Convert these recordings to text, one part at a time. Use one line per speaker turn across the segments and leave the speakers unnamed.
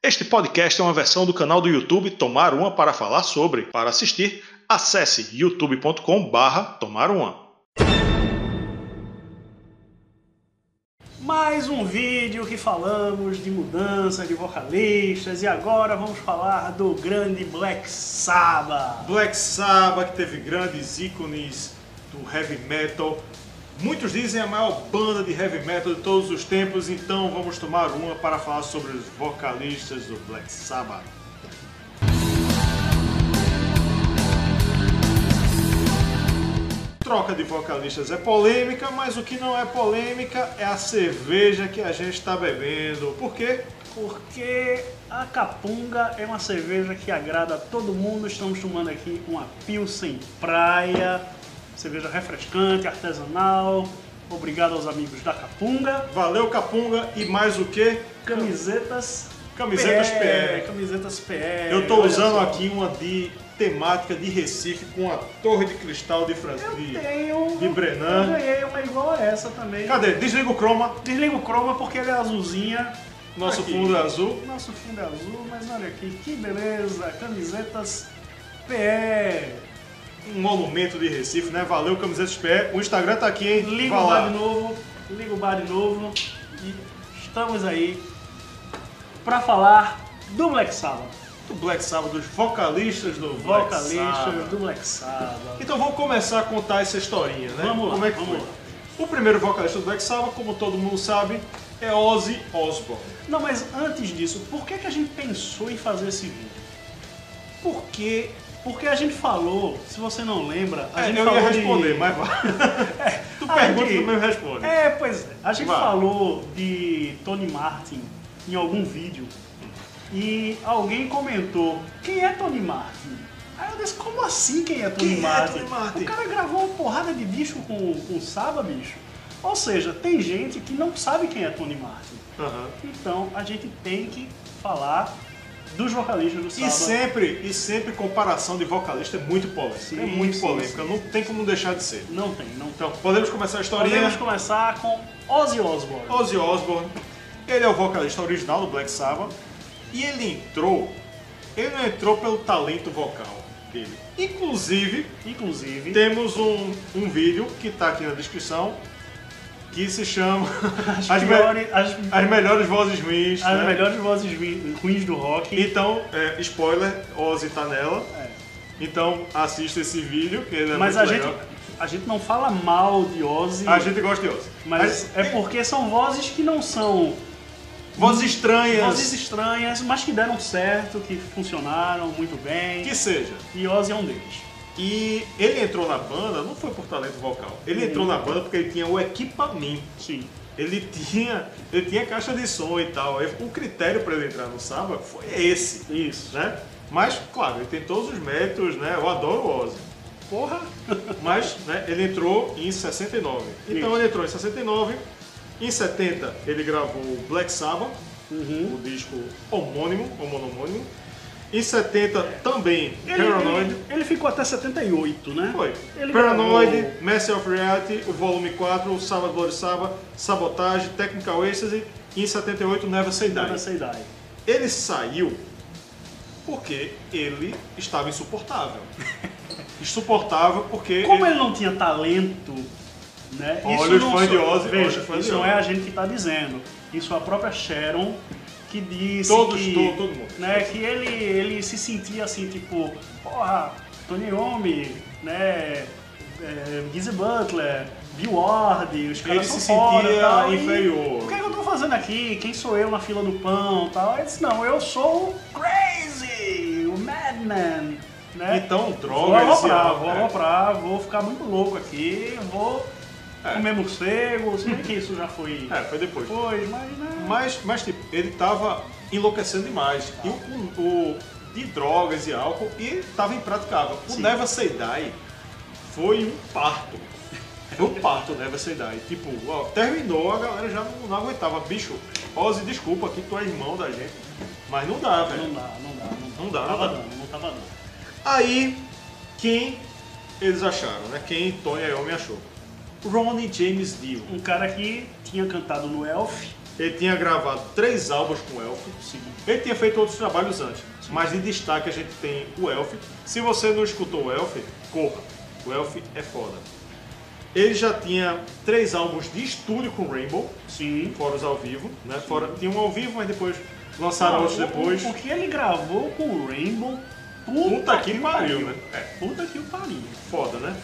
Este podcast é uma versão do canal do YouTube Tomar Uma para falar sobre. Para assistir, acesse youtube.com/barra Tomar Uma.
Mais um vídeo que falamos de mudança de vocalistas e agora vamos falar do grande Black Sabbath.
Black Sabbath, que teve grandes ícones do heavy metal. Muitos dizem a maior banda de heavy metal de todos os tempos, então vamos tomar uma para falar sobre os vocalistas do Black Sabbath. Troca de vocalistas é polêmica, mas o que não é polêmica é a cerveja que a gente está bebendo. Por quê?
Porque a Capunga é uma cerveja que agrada a todo mundo. Estamos tomando aqui uma Pilsen Praia, cerveja refrescante, artesanal. Obrigado aos amigos da Capunga.
Valeu Capunga e mais o que?
Camisetas
Camisetas PR.
Camisetas PR.
Eu tô
olha
usando
só.
aqui uma de temática de Recife com a torre de cristal de França.
Eu
de-
tenho. um,
de Brenan.
Eu ganhei uma igual a essa também.
Cadê? Desliga o croma.
Desliga o chroma porque ele é azulzinha.
Nosso
Aqui.
fundo é azul.
Nosso fundo é azul, mas olha aqui, que beleza! Camisetas PR.
Um monumento de Recife, né? Valeu, Camisetas PR. O Instagram tá aqui, hein?
Liga
Vá
o
lá.
bar de novo, liga o bar de novo e estamos aí pra falar do Black Sabbath.
Do Black Sabbath, dos vocalistas do Black
Vocalistas
Sabbath.
do Black Sabbath.
Então vamos começar a contar essa historinha, né?
Vamos lá,
Como é que
vamos
foi?
lá.
O primeiro vocalista do Black Sabbath, como todo mundo sabe, é Ozzy Osbourne.
Não, mas antes disso, por que, que a gente pensou em fazer esse vídeo? Por quê? Porque a gente falou, se você não lembra, a
É,
gente
eu
falou
ia responder,
de...
mas vai. tu
Ah,
pergunta
de-
e tu mesmo responde.
É, pois é. A gente
Vai.
falou de Tony Martin em algum vídeo e alguém comentou: quem é Tony Martin? Aí eu disse: como assim quem é Tony,
Quem é
Martin?
Tony Martin?
O cara gravou uma porrada de bicho com, com o Saba, bicho. Ou seja, tem gente que não sabe quem é Tony Martin.
Aham.
Então a gente tem que falar dos vocalistas do Saba.
E sempre, e sempre comparação de vocalista é muito polêmica.
Sim,
é muito
sim,
polêmica,
sim.
não tem como deixar de ser.
Não tem, não tem.
Então, podemos começar a historinha.
Podemos começar com Ozzy Osbourne.
Ozzy Osbourne, ele é o vocalista original do Black Sabbath e ele entrou, ele não entrou pelo talento vocal dele. Inclusive,
Inclusive,
temos um, um vídeo que tá aqui na descrição que se chama
as,
As me-
piores- as-
As Melhores Vozes Ruins.
As
né?
melhores vozes ru- ruins do rock.
Então, é, spoiler, Ozzy tá nela.
É.
Então assista esse vídeo, que ele é
Mas
muito
a gente,
legal.
a gente não fala mal de Ozzy,
A gente gosta de Ozzy.
mas é porque são vozes que não são
Vozes estranhas.
vozes estranhas, mas que deram certo, que funcionaram muito bem.
Que seja.
E Ozzy é um deles.
E ele entrou na banda, não foi por talento vocal. Ele entrou na banda porque ele tinha o equipamento.
Sim.
Ele tinha, ele tinha caixa de som e tal. Aí O critério para ele entrar no samba foi esse,
Isso.
né? Mas, claro, ele tem todos os méritos, né? Eu adoro o Ozzy.
Porra!
Mas né, ele entrou em 69. Então
Isso.
ele entrou em 69. Em 70 ele gravou o Black Sabbath,
Uhum.
o disco homônimo, homonônimo. Em 70 também
É. Ele,
Paranoid.
ele, ele ficou até 78, né?
Foi.
Ele
Paranoid,
gravou-
Master of Reality, o volume 4, o Sabbath Bloody Sabbath, Sabotage, Technical Ecstasy e em 78 Never Say Die.
Tá nessa idade.
Ele saiu porque ele estava insuportável. insuportável porque
Como ele não tinha talento, né?
Olha os fãs
sou-
de Ozzy, olha
veja,
os fãs
isso
de
não
Ozzy.
é a gente que está dizendo. Isso é a própria Sharon que disse
Todos,
que,
to- todo mundo.
né, que ele, ele se sentia assim, tipo, porra, Tony Iommi, né, é, Gizzy Butler, Bill Ward, os caras
Ele
são
se
foda,
sentia
tal, e
inferior.
o que, é que eu tô fazendo aqui? Quem sou eu na fila do pão, tal? Ele disse, não, eu sou o Crazy, o Madman, né?
Então,
Vou
droga, esse
aloprar,
álbum,
vou
né?
aloprar, vou ficar muito louco aqui, vou
É.
comer morcego, se bem que isso já foi
É, foi depois.
depois, mas né.
Mas, mas tipo, ele tava enlouquecendo demais. E o, o- de drogas e álcool, e tava impraticável. O
Sim.
Never Say Die foi um parto. Foi um parto o Never Say Die. Tipo, ó, terminou, a galera já não, não aguentava. Bicho, Ozzy, desculpa que tu é irmão da gente. Mas não dá, velho.
Não dá, não dá, não,
Não dá, não
tava
dá.
dando, não tava dando.
Aí, quem eles acharam, né? Quem Tony Iommi achou? Ronnie James Dio.
Um cara que tinha cantado no Elf,
Ele tinha gravado três álbuns com o Elf. Ele tinha feito outros trabalhos antes, mas de destaque a gente tem o Elf. Se você não escutou o Elf, corra. O Elf é foda. Ele já tinha três álbuns de estúdio com Rainbow,
Sim.
fora os ao vivo, né? Fora, tinha um ao vivo, mas depois lançaram
Não, um
outros
o-
depois.
O, o que ele gravou com o Rainbow, puta,
Puta que pariu, né? É,
Puta que o pariu.
foda, né?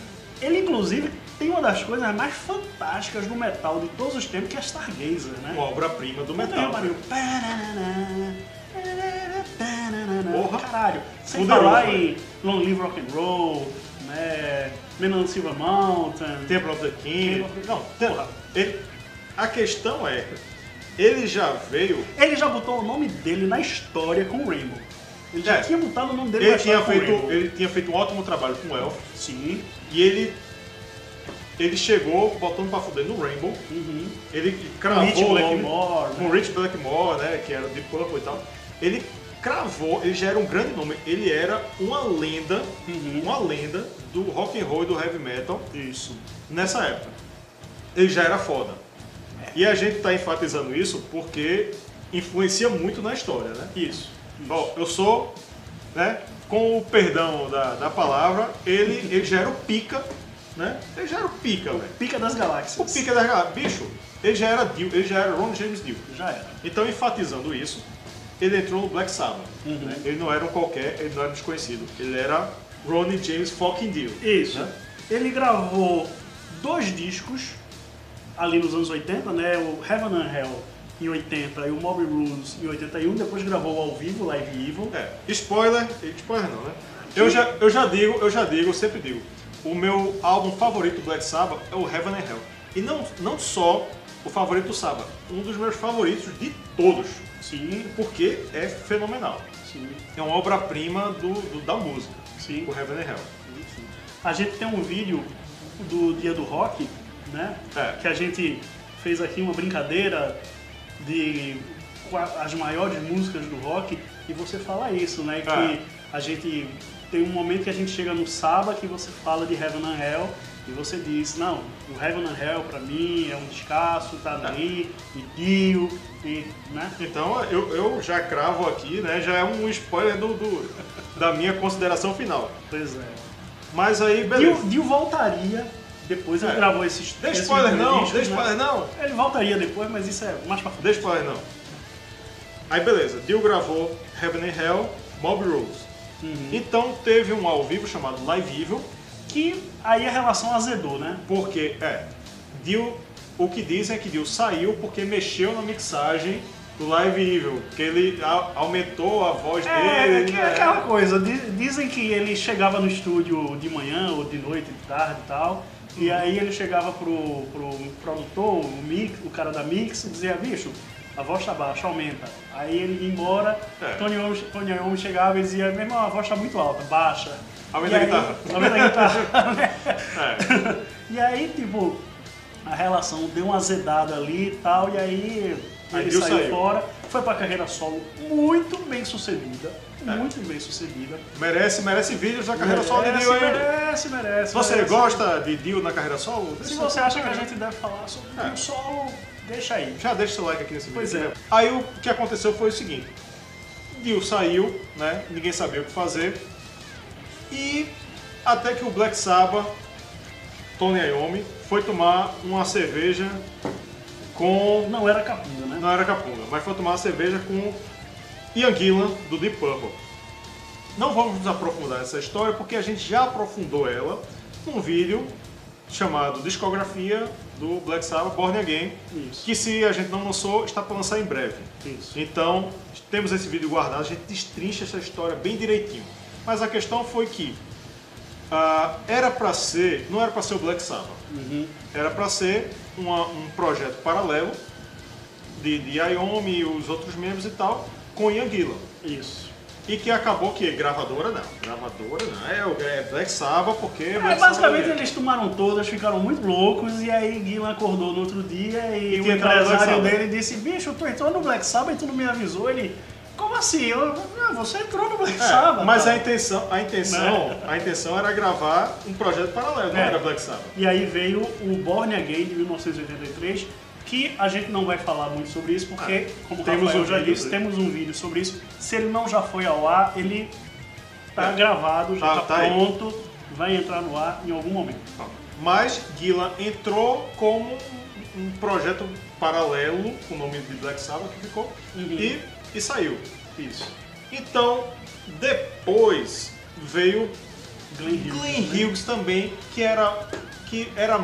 Ele, inclusive, tem uma das coisas mais fantásticas do metal de todos os tempos, que é a Stargazer, né?
Uma obra-prima do
Puta que
metal.
pariu. Tananana, tananana, tananana.
Porra.
Caralho. Sem
Fuderoso,
falar
velho.
em Long Live Rock and Roll, né? Men on Silver Mountain.
Temple of the King.
Temple of the-
Não, porra. Ele- a questão é, ele já veio
Ele já botou o nome dele na história com o Rainbow. Ele já
É.
tinha botado o nome dele na
Ele tinha,
história com
feito,
o Rainbow.
ele tinha feito um ótimo trabalho com o Elf
Sim.
e ele ele chegou botando pra fuder no Rainbow.
Uhum.
Ele cravou
Rich
o nome-
Blackmore, né?
com Rich Blackmore, né, que era do Deep Purple e tal. Ele cravou, ele já era um grande nome, ele era uma lenda,
Uhum.
uma lenda do rock and roll e do heavy metal
Isso.
nessa época. Ele já era foda. E a gente tá enfatizando isso porque influencia muito na história, né?
Isso.
Bom, eu sou, né, com o perdão da, da palavra, ele, ele já era o pica, né? Ele já era o pica, velho.
Pica das
O
Galáxias.
pica da galera, bicho, ele já era Dio, ele já era Ron James Dio.
Já era.
Então, enfatizando isso, ele entrou no Black Sabbath.
Uhum.
né? Ele não era um qualquer, ele não era um desconhecido. Ele era Ronnie James fucking Dio.
Isso.
né?
Ele gravou dois discos ali nos anos 80, né? O Heaven and Hell em 80 e o Mob Rules em 81. Depois gravou ao vivo, Live Evil.
É, spoiler, spoiler não, né? Eu já, eu já digo, eu já digo, eu sempre digo. O meu álbum favorito do Black Sabbath é o Heaven and Hell. E não, não só o favorito do Sabbath, um dos meus favoritos de todos.
Sim,
Porque é fenomenal.
sim,
É uma obra-prima do, do- da música,
sim.
o Heaven and Hell.
A gente tem um vídeo do Dia do Rock, né?
É.
Que a gente fez aqui uma brincadeira de qua- as maiores músicas do rock e você fala isso, né? Que
É.
a gente tem um momento que a gente chega no sábado que você fala de Heaven and Hell e você diz, não, o Heaven and Hell pra mim é um descasso, tá
É.
aí, e Dio, e, né?
Então eu, eu já cravo aqui, né? Já é um spoiler do, do- da minha consideração final.
Pois é.
Mas aí,
Dio,
beleza.
Dio voltaria depois, ele
É.
gravou esses...
Dê
esses
spoiler
dois
não,
discos,
dê
né?
spoiler não.
Ele voltaria depois, mas isso é mais pra frente.
Deixa pra lá, não. Aí beleza, Dio gravou Heaven and Hell, Mob Rules.
Uhum.
Então teve um ao vivo chamado Live Evil,
Que aí é a relação azedou, né?
porque é, Dio, o que dizem é que Dio saiu porque mexeu na mixagem do Live Evil, que ele a- aumentou a voz
É,
dele.
que-
né?
aquela coisa. di- Dizem que ele chegava no estúdio de manhã ou de noite, de tarde e tal. E aí ele chegava pro, pro produtor, o, mix, o cara da mix, e dizia, bicho, a voz tá baixa, aumenta. Aí ele ia embora,
É.
Tony Iommi Tony Iommi chegava e dizia, meu irmão, a voz tá muito alta, baixa.
Aumenta
E
a
aí-
guitarra.
Aumenta a guitarra, né?
É.
E aí, tipo, a relação deu uma azedada ali e tal, e aí
Aí
ele
Dio
saiu,
saiu.
fora, foi pra carreira solo muito bem sucedida,
É.
muito bem sucedida.
Merece, merece vídeos da carreira solo de
merece,
Dio aí.
merece, merece.
Se você
merece.
gosta de Dio na carreira solo,
Se você acha que a gente deve falar sobre
É.
um solo, deixa aí.
Já deixa seu like aqui nesse vídeo.
Pois é.
Aí o que aconteceu foi o seguinte: Dio saiu, né? Ninguém sabia o que fazer. E até que o Black Sabbath, Tony Iommi, foi tomar uma cerveja com.
Não era capunda, né?
Não era Capunga, mas foi tomar uma cerveja com Ian Gillan, do Deep Purple. Não vamos nos aprofundar nessa história porque a gente já aprofundou ela num vídeo chamado Discografia do Black Sabbath Born Again,
Isso.
que se a gente não lançou, está para lançar em breve.
Isso.
Então, temos esse vídeo guardado, a gente destrincha essa história bem direitinho. Mas a questão foi que ah, era para ser, não era para ser o Black Sabbath,
Uhum.
era para ser uma- um projeto paralelo de, de Iomi e os outros membros e tal, com Ian Gillan.
Isso.
E que acabou que gravadora não, gravadora não, é, o- é Black Sabbath porque...
É,
Black
basicamente
Sabbath
eles tomaram todas, ficaram muito loucos, e aí Guilherme acordou no outro dia e,
E
o
tinha entrado no Black
empresário
Sabbath.
dele disse, bicho, tu entrou no Black Sabbath e tu não me avisou. Ele, como assim? Eu, "Ah, você entrou no Black
é,
Sabbath.
mas
cara."
a intenção, a intenção, a intenção era gravar um projeto paralelo, não
É.
era Black Sabbath.
E aí veio o Born Again de 1983, que a gente não vai falar muito sobre isso, porque,
temos
como temos
um
Rafael já
vídeo
disse,
sobre
temos um vídeo sobre isso. Se ele não já foi ao ar, ele tá
É.
gravado, já
Tá-
tá,
tá aí.
pronto, vai entrar no ar em algum momento.
Mas Gillan entrou como um- um projeto paralelo com o nome de Black Sabbath que ficou
Uhum.
e, e saiu.
Isso.
Então, depois veio
Glenn Hughes.
Glenn
né?
Hughes também, que era que era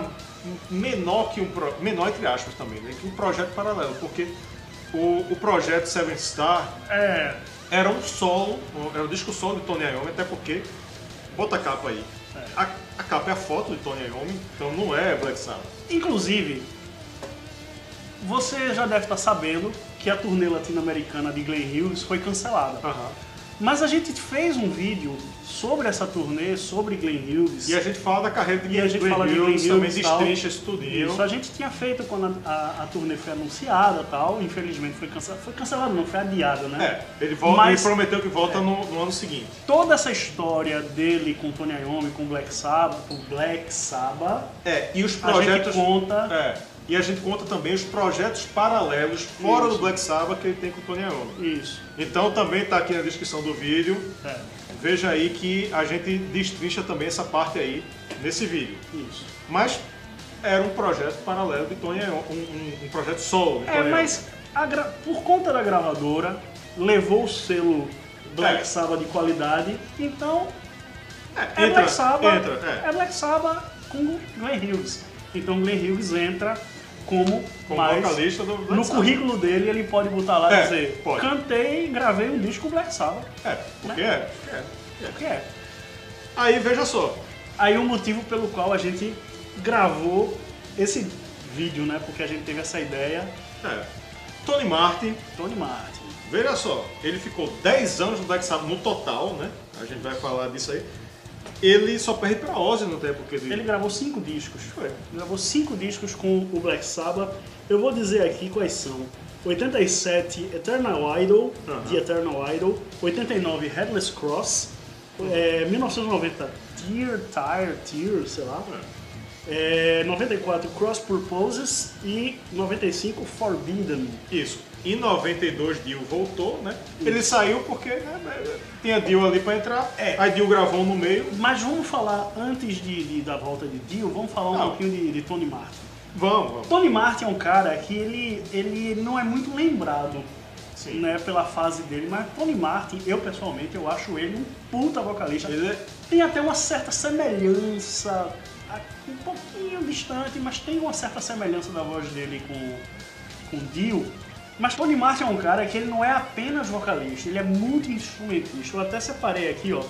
menor que um pro- menor entre aspas também, né, que um projeto paralelo, porque o, o projeto Seven Star
É,
era um solo, era um disco solo de Tony Iommi, até porque bota a capa aí. A, a capa é a foto de Tony Iommi, então não é Black Sabbath.
Inclusive, você já deve estar sabendo que a turnê latino-americana de Glenn Hughes foi cancelada. Mas a gente fez um vídeo sobre essa turnê, sobre Glenn Hughes.
E a gente fala da carreira de
E a gente
Glenn
fala de
Hughes,
Glenn
também
Hughes e tal.
destrincha isso tudo. E eu-
Isso a gente tinha feito quando a, a- a turnê foi anunciada e tal, infelizmente foi cancelada. Foi cancelada, não, foi adiada, né?
É, ele, volta,
Mas- É.
ele prometeu que volta no, no ano seguinte.
Toda essa história dele com Tony Iommi, com Black Sabbath, com Black Sabbath,
É, e os
a gente
projetos.
conta
É, e a gente conta também os projetos paralelos fora
Isso.
do Black Sabbath que ele tem com o Tony Iommi.
isso.
Então também tá aqui na descrição do vídeo.
É,
Veja aí que a gente destrincha também essa parte aí nesse vídeo.
isso.
Mas era um projeto paralelo de Tony Iommi, um, um- um projeto solo. de
É,
Tony
mas a gra- por conta da gravadora, levou o selo Black
É.
Sabbath de qualidade, então
Iommi.
é Black Sabbath,
entra,
é. Black Sabbath com Glenn Hughes. Então Glenn Hughes entra como,
Como
mais-
vocalista do Black
no
Sabbath.
currículo dele ele pode botar lá e
É,
dizer,
pode.
cantei e gravei um disco Black Sabbath,
É, porque
Né?
é. é, é.
que é.
Aí veja só,
Aí o motivo pelo qual a gente gravou esse vídeo, né? Porque a gente teve essa ideia,
é, Tony Martin,
Tony Martin.
veja só, ele ficou 10 anos no Black Sabbath no total, né? A gente vai falar disso aí. Ele só perde pra Ozzy no tempo que ele...
Ele gravou cinco discos. Foi. Gravou cinco discos com o Black Sabbath. Eu vou dizer aqui quais são. 87, Eternal Idol,
Aham.
de Eternal Idol. 89, Headless Cross.
Uhum.
É, 1990, Tear, Tire, Tear, sei lá. É, 94, Cross Purposes. E 95, Forbidden.
Isso. Em 92, Dio voltou, né? Ele saiu porque né, tinha Dio ali pra entrar.
É.
Aí Dio gravou um no meio.
Mas vamos falar, antes de, de- da volta de Dio, vamos falar um
Não.
pouquinho de, de Tony Martin.
Vamos, vamos.
Tony Martin é um cara que ele, ele não é muito lembrado
Sim.
né, pela fase dele, mas Tony Martin, eu pessoalmente, eu acho ele um puta vocalista.
Ele é-
Tem até uma certa semelhança, a- um pouquinho distante, mas tem uma certa semelhança da voz dele com, com Dio. Mas Tony Martin é um cara que ele não é apenas vocalista, ele é muito instrumentista. Eu até separei aqui, ó.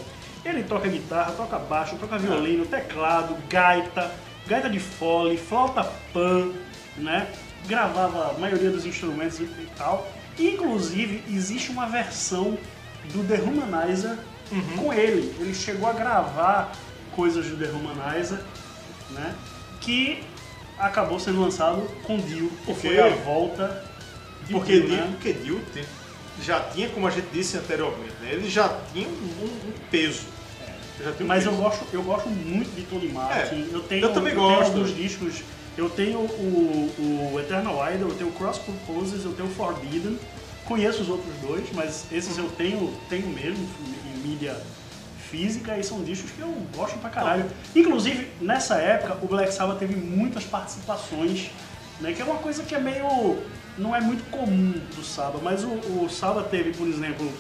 Ele toca guitarra, toca baixo, toca violino, teclado, gaita, gaita de fole, flauta pan, né? Gravava a maioria dos instrumentos e tal. Inclusive, existe uma versão do The Humanizer com ele. Ele chegou a gravar coisas do The Humanizer, né? Que acabou sendo lançado com Dio, que
Porque-
foi a volta de
Porque
Dio,
Dio,
né?
porque Dio te- já tinha, como a gente disse anteriormente, né? ele já tinha um, um- um peso. Já tinha um
É. Mas
peso.
eu gosto, eu gosto muito de Tony Martin. eu, tenho,
É, eu também
tenho
gosto.
alguns discos. Eu tenho o, o Eternal Idol, eu tenho o Cross Purposes, eu tenho o Forbidden. Conheço os outros dois, mas esses eu tenho, tenho mesmo em mídia física e são discos que eu gosto pra caralho. Inclusive, nessa época, o Black Sabbath teve muitas participações, né? Que é uma coisa que é meio. não é muito comum do Sabbath, mas o, o Sabbath teve, por exemplo,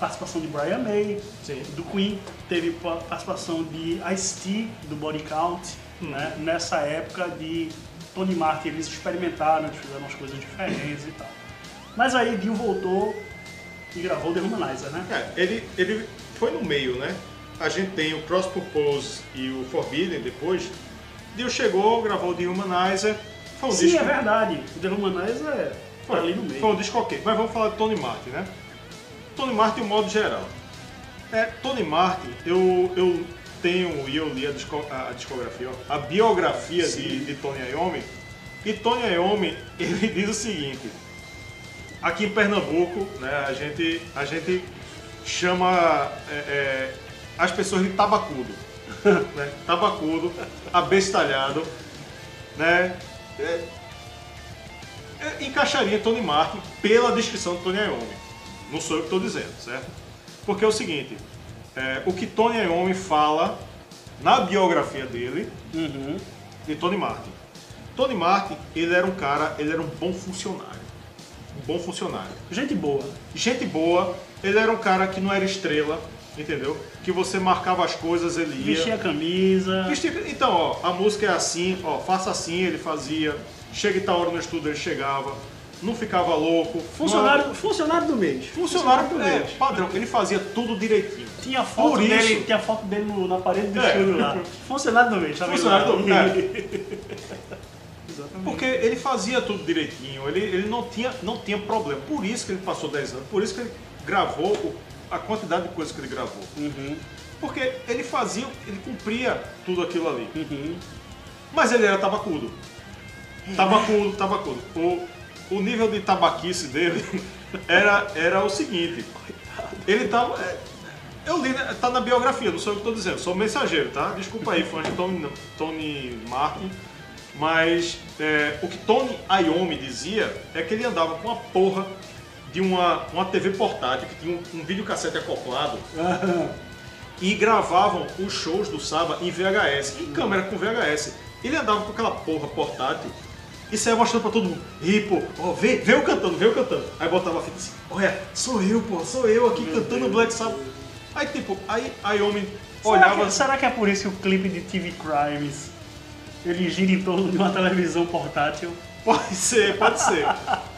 participação de Brian May,
Sim.
do Queen, teve pa- participação de Ice-T, do Body Count, né? nessa época de Tony Martin, eles experimentaram, eles fizeram umas coisas diferentes e tal. Mas aí Dio voltou e gravou The Humanizer, né?
É, ele, ele foi no meio, né? A gente tem o Cross Purpose e o Forbidden depois. Dio chegou, gravou o The Humanizer. Foi um
Sim,
disco
é verdade, o The Humanizer é
Foi,
ali no meio.
Foi um disco ok. Mas vamos falar de Tony Martin, né? Tony Martin, de um modo geral. É, Tony Martin, eu, eu tenho e eu li a, disco- a- a discografia, ó, a biografia de, de Tony Iommi. E Tony Iommi, ele diz o seguinte. Aqui em Pernambuco, né, a gente, a gente chama é, é, as pessoas de tabacudo. né? Tabacudo, abestalhado, né? É, é, encaixaria Tony Mark pela descrição de Tony Iommi. Não sou eu que estou dizendo, certo? Porque é o seguinte, é, o que Tony Iommi fala na biografia dele
Uhum.
de Tony Martin. Tony Martin, ele era um cara, ele era um bom funcionário. Um bom funcionário.
Gente boa.
Gente boa, ele era um cara que não era estrela, entendeu? Que você marcava as coisas, ele ia...
Vestia a camisa.
Vestia- Então, ó, a música é assim, ó, faça assim, ele fazia. Chega e tal hora no estudo, ele chegava. Não ficava louco.
Funcionário, funcionário do mês.
Não, funcionário é, padrão. Ele fazia tudo direitinho.
Tinha foto
Por
dele,
isso-
tinha foto dele no- na parede do
É.
estúdio lá. Funcionário do mês, tá vendo?
Funcionário do
mês. Exatamente.
Porque ele fazia tudo direitinho, ele, ele não, tinha, não tinha problema. Por isso que ele passou 10 anos, por isso que ele gravou o- a quantidade de coisas que ele gravou.
Uhum,
Porque ele fazia, ele cumpria tudo aquilo ali.
uhum.
Mas ele era tabacudo. Tabacudo, tabacudo. O, o nível de tabaquice dele era, era o seguinte. Ele tava. é, Eu li, né, tá na biografia, não sou eu que tô dizendo, sou mensageiro, tá? Desculpa aí, fãs de Tony, Tony Martin. Mas é, o que Tony Iommi dizia é que ele andava com uma porra de uma, uma TV portátil que tinha um, um videocassete acoplado e gravavam os shows do Saba em VHS, em câmera com VHS. Ele andava com aquela porra portátil e saia mostrando pra todo mundo. Ih, pô, ó, vê, vê eu cantando, vê eu cantando. Aí botava a fita assim, olha, sou eu, pô, sou eu aqui cantando Black Sabbath. Aí tipo, aí a Yomi
Será,
olhava assim,
que, será que é por isso que o clipe de TV Crimes ele gira em torno de uma televisão portátil?
Pode ser, pode ser.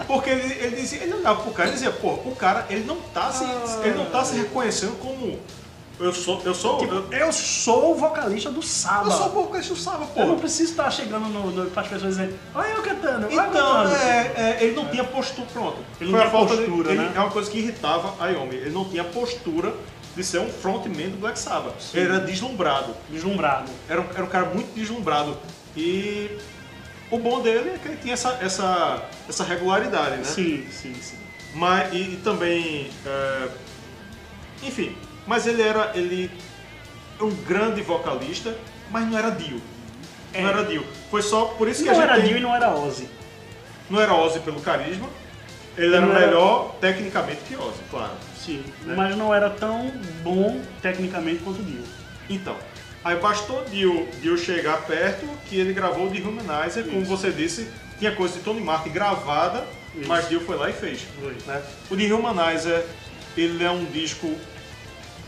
Porque ele, ele dizia, ele olhava pro cara e dizia, pô, o cara, ele não tá se, ele não tá se reconhecendo como eu sou, eu sou,
Tipo,
eu,
eu sou o vocalista do
eu
Saba.
sou é o vocalista do Saba,
Eu não
pô.
preciso estar chegando no, no, para as pessoas dizendo, olha eu cantando, olha eu
Então,
cantando.
é, é, ele não tinha postura, pronto.
Ele não
Foi a
tinha
falta
postura,
de, ele-
né?
É uma coisa que irritava a Yomi. Ele não tinha postura de ser um frontman do Black Sabbath. Ele era deslumbrado.
Deslumbrado.
Era um, era um cara muito deslumbrado. E o bom dele é que ele tinha essa, essa, essa regularidade, né?
Sim, sim, sim.
mas e, e também é, enfim mas ele era ele é um grande vocalista mas não era Dio
É.
não era Dio foi só por isso que a
não
gente
era
tem-
Dio e não era Ozzy.
não era Ozzy pelo carisma ele
Ele
era
não era-
melhor tecnicamente que Ozzy claro
Sim.
Né?
Mas não era tão bom tecnicamente quanto o Dio.
então aí bastou Dio Dio chegar perto que ele gravou de Humanizer como
Isso.
você disse tinha coisa de Tony Martin gravada
Isso.
mas Dio foi lá e fez
Foi.
né? O The Humanizer, ele é um disco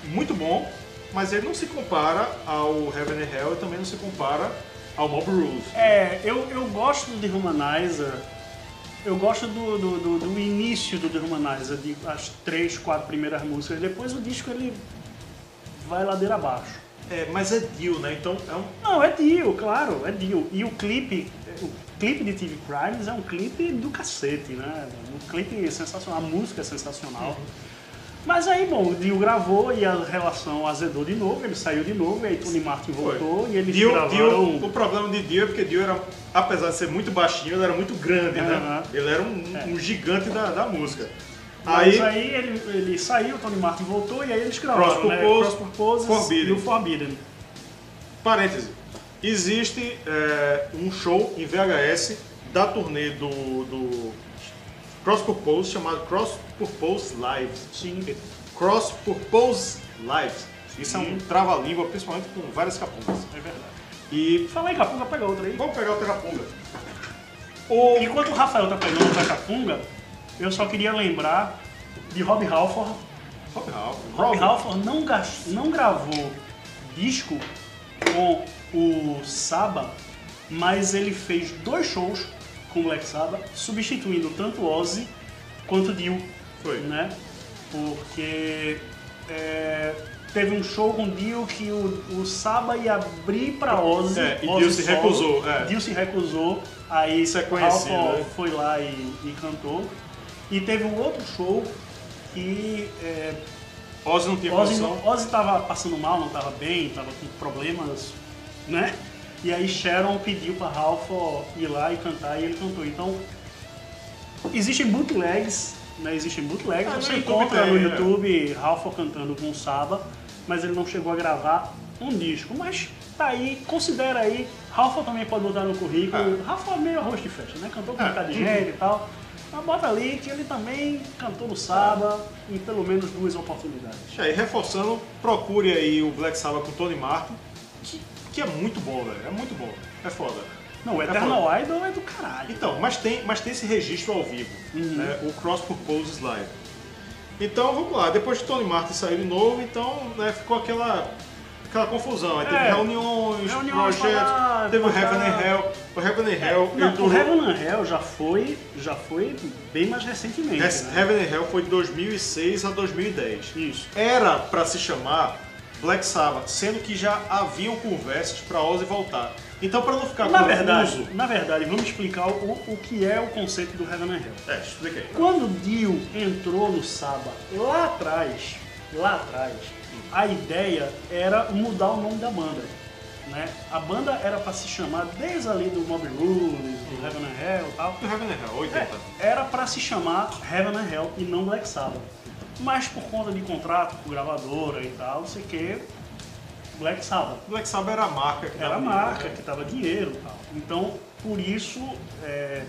muito bom, mas ele não se compara ao Heaven and Hell e também não se compara ao Mob Rules.
É, eu, eu gosto do The Humanizer. Eu gosto do, do, do- do início do The Humanizer, de as três, quatro primeiras músicas. Depois o disco ele vai ladeira abaixo.
É, mas é Dio, né? Então é um...
Não, é Dio, claro, é Dio. E o clipe, o clipe de TV Crimes é um clipe do cacete, né? Um clipe sensacional, a música é sensacional.
Uhum.
Mas aí, bom, o Dio gravou e a relação azedou de novo, ele saiu de novo, e aí Tony Martin voltou e eles
Dio,
gravaram...
Dio, o problema de Dio é porque Dio era, apesar de ser muito baixinho, ele era muito grande, né?
Aham.
Ele era um,
É.
um gigante da, da música. Aí,
Mas aí ele, ele saiu, Tony Martin voltou e aí eles gravaram,
Cross
né?
Purpose,
Purposes
Forbidden.
e o Forbidden.
parêntese, existe é, um show em VHS da turnê do, do Cross Purpose chamado Cross Purpose Live.
Sim. é
Cross Purpose Lives. Isso é um
Sim.
trava-língua, principalmente com várias capungas.
É verdade.
E
Fala aí, Capunga, pega outra aí.
vamos pegar outra capunga.
O- Enquanto o Rafael tá pegando outra Capunga, eu só queria lembrar de Rob Halford.
Rob Halford.
Rob Halford não, gas- não gravou disco com o Saba, mas ele fez dois shows com o Black Saba, substituindo tanto Ozzy quanto Dio.
Foi.
Né? Porque é, teve um show com o Dio que o, o Saba ia abrir pra Ozzy.
É, e
Ozzy
Dio se
solo.
recusou, é.
Dio se recusou, aí
Isso é conhecido,
Alpha
né?
foi lá e, e cantou. E teve um outro show que é,
Ozzy não tinha
Ozzy,
condição.
Ozzy tava passando mal, não tava bem, tava com problemas, né? E aí Sharon pediu pra Ralph ir lá e cantar e ele cantou. Então, existem bootlegs, né? Existem bootlegs,
Ah, no
você
YouTube
encontra
tem,
no
é.
YouTube Ralph cantando com o Saba, mas ele não chegou a gravar um disco, mas tá aí, considera aí. Rafa também pode botar no currículo. Rafa é meio arroz de festa, né? Cantou com um
Ah. É.
bocado de gente e tal. Mas bota ali que ele também cantou no Saba
É.
em pelo menos duas oportunidades.
E aí, reforçando, procure aí o Black Sabbath com o Tony Martin, que, que é muito bom, velho. É muito bom. É foda.
Não, o
É
Eternal Idol é do caralho.
Então, mas tem, mas tem esse registro ao vivo,
Uhum.
né? o Cross Purposes Live. Então, vamos lá. Depois que Tony Martin saiu de novo, então né, ficou aquela, aquela confusão. Aí teve
É.
reuniões,
Reuniões,
projetos,
falar,
teve o
botar- É,
Heaven and Hell. O Heaven and Hell... ele
Não, o
durou-
Heaven and Hell já foi, já foi bem mais recentemente.
Yes,
né?
Heaven and Hell foi de 2006 a 2010.
Isso.
Era pra se chamar Black Sabbath, sendo que já haviam conversas pra Ozzy voltar. Então, pra não ficar
Na
confuso...
verdade, na verdade, vamos explicar o, o que é o conceito do Heaven and Hell.
É, explica aí.
Quando Dio entrou no Saba, lá atrás, lá atrás, a ideia era mudar o nome da banda. Né? A banda era pra se chamar, desde ali do Mob Rules, do Heaven and Hell e tal,
Do Heaven and Hell, 80.
é, era pra se chamar Heaven and Hell e não Black Sabbath. Mas por conta de contrato com gravadora e tal, não sei o que, Black Sabbath.
Black Sabbath era a marca que
Era
dava
a
dinheiro,
marca
né?
que tava dinheiro e tal. Então, por isso é,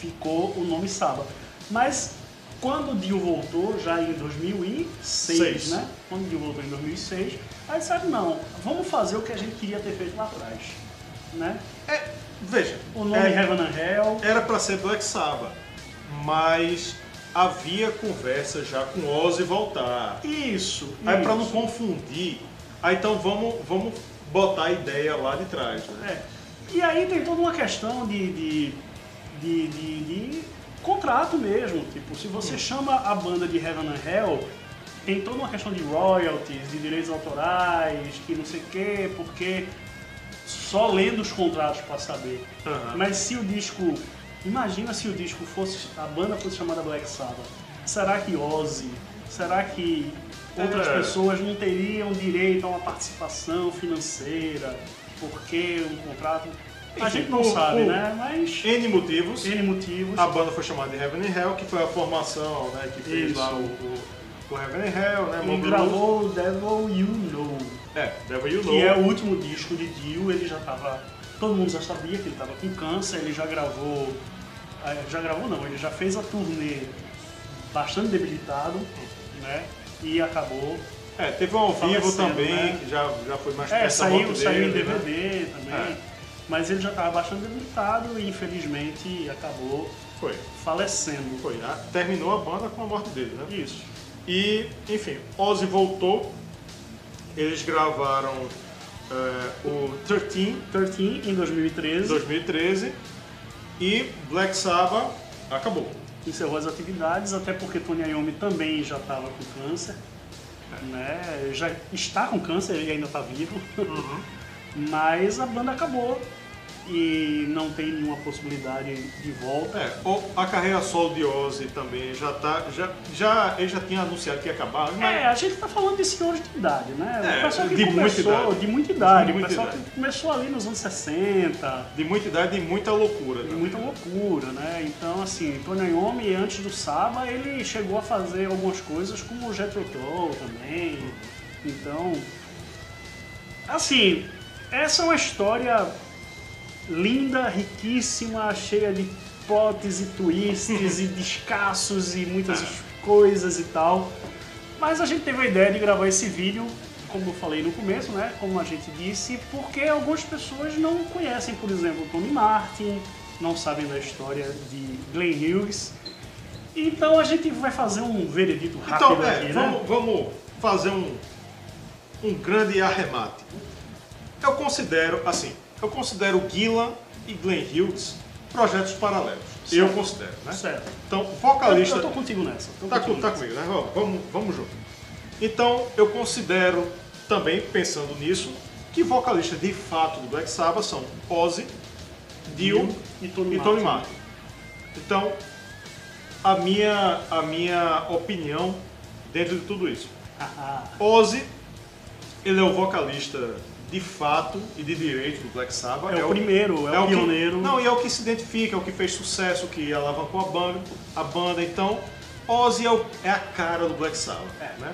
ficou o nome Saba. Mas quando o Dio voltou, já em 2006,
Seis.
né? Quando o Dio voltou em 2006, aí sabe, não, vamos fazer o que a gente queria ter feito lá atrás, né?
É, veja,
O nome
é,
Heaven and Hell,
era pra ser Black Sabbath, mas havia conversa já com Ozzy voltar.
isso,
Aí pra
isso.
não confundir, aí então vamos, vamos botar a ideia lá de trás, né?
É. E aí tem toda uma questão de, de, de, de- de contrato mesmo. Tipo, se você chama a banda de Heaven and Hell, tem toda uma questão de royalties, de direitos autorais, que não sei o quê, porque só lendo os contratos pra saber.
Aham.
Mas se o disco. Imagina se o disco fosse. A banda fosse chamada Black Sabbath. Será que Ozzy? Será que outras
É.
pessoas não teriam direito a uma participação financeira? Porque um contrato. A
Enfim,
gente não
por-
sabe,
por Ah,
né? Mas.
N motivos.
N motivos.
A banda foi chamada de Heaven and Hell, que foi a formação né, que fez
Isso.
lá o, o, o Heaven and Hell, né?
Ele
Mob
um gravou o Devil You Know,
Blues. É, Devil You Know.
que é o último disco de Dio. Ele já tava. Todo mundo já sabia que ele tava com câncer. Ele já gravou. eh, Já gravou, não. Ele já fez a turnê bastante debilitado, né? E acabou
É, teve um ao vivo
Falecendo,
também,
né?
que já, já foi mais
É,
perto da
saiu,
morte
saiu em
dele, né?
DVD também.
É.
Mas ele já estava bastante debilitado e infelizmente acabou
Foi,
falecendo.
foi. Ah, Terminou a banda com a morte dele, né?
Isso.
E, enfim, Ozzy voltou, eles gravaram é, o 13
13 em 2013
em 2013 e Black Sabbath acabou.
encerrou as atividades, até porque Tony Iommi também já estava com câncer. Né? Já está com câncer e ainda está vivo.
Uhum.
Mas a banda acabou e não tem nenhuma possibilidade de volta.
É, o- a carreira solo de Ozzy também já tá. Já, já, ele já tinha anunciado que ia acabar, né? mas
É, a gente tá falando de senhores de idade,
É,
né? o pessoal que
de muita
começou,
idade.
de muita idade,
De
o
muita
pessoal
idade.
que começou ali nos anos 60,
de muita idade e muita loucura.
de
né?
muita loucura, né? Então, assim, Tony Iommi, antes do Saba, ele chegou a fazer algumas coisas como o Jethro Tull também. Então, assim, essa é uma história linda, riquíssima, cheia de hipóteses, e twists e descassos e muitas
Ah.
coisas e tal. Mas a gente teve a ideia de gravar esse vídeo, como eu falei no começo, né? Como a gente disse, porque algumas pessoas não conhecem, por exemplo, Tony Martin, não sabem da história de Glenn Hughes. Então a gente vai fazer um veredito rápido
Então, é,
aqui, né?
vamos, vamos fazer um, um grande arremate. Eu considero, assim, eu considero Gillan e Glenn Hughes projetos paralelos. Eu considero, né?
Tá Certo.
Então,
Eu,
vocalista.
eu tô contigo nessa. tô
Tá, com-
contigo
tá
nessa.
comigo, né? Ó, Vamos, vamos junto. Então, eu considero, também pensando nisso, que vocalistas de fato do Black Sabbath são Ozzy, Dio
e Tony
e Tony Martin. Então, a minha, a minha opinião dentro de tudo isso.
Ah,
Ozzy, ele é o vocalista de fato e de direito do Black Sabbath.
É o primeiro, é o
que-
pioneiro.
não, e é o que se identifica, é o que fez sucesso, o que alavancou a banda. A banda. Então, Ozzy é, o- é a cara do Black Sabbath.
É.
Né?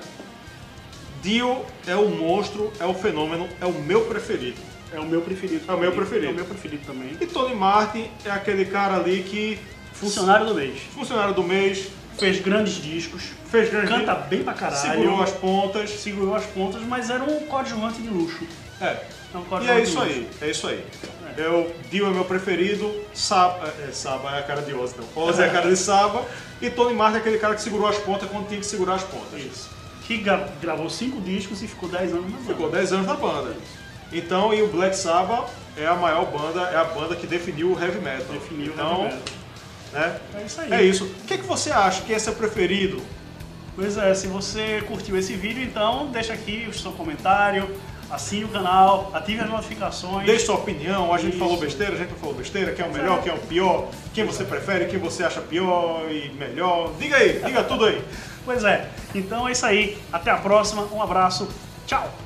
Dio é o monstro, é o fenômeno, é o meu preferido.
É o meu preferido.
É o meu
também.
preferido.
É o meu preferido também.
E Tony Martin é aquele cara ali que
Funcionário do mês.
funcionário do mês,
Fez grandes discos.
fez grande
Canta bem pra caralho.
segurou as pontas.
segurou as pontas, mas era um coadjuvante de luxo.
É.
Era um
E
coadjuvante
é
de
isso
luxo.
aí, é isso aí.
É.
É o Dio é meu preferido, Saba é, Saba é a cara de Oz, não. Oz é a cara de Saba e Tony Martin é aquele cara que segurou as pontas quando tinha que segurar as pontas.
Isso. Que gra- gravou cinco discos e ficou 10 anos na banda.
Ficou 10 anos na banda. Então, e o Black Sabbath é a maior banda, é a banda que definiu o heavy metal.
Definiu
então,
né?
né?
É isso aí.
É isso. O que, é que você acha que é seu preferido?
Pois é, se você curtiu esse vídeo, então deixa aqui o seu comentário, assine o canal, ative as notificações.
Deixe sua opinião, a gente
Isso.
falou besteira, a gente não falou besteira, quem é o melhor, quem é o pior, quem você prefere, quem você acha pior e melhor. Diga aí, diga tudo aí.
Pois é. Então é isso aí. Até a próxima. Um abraço. Tchau.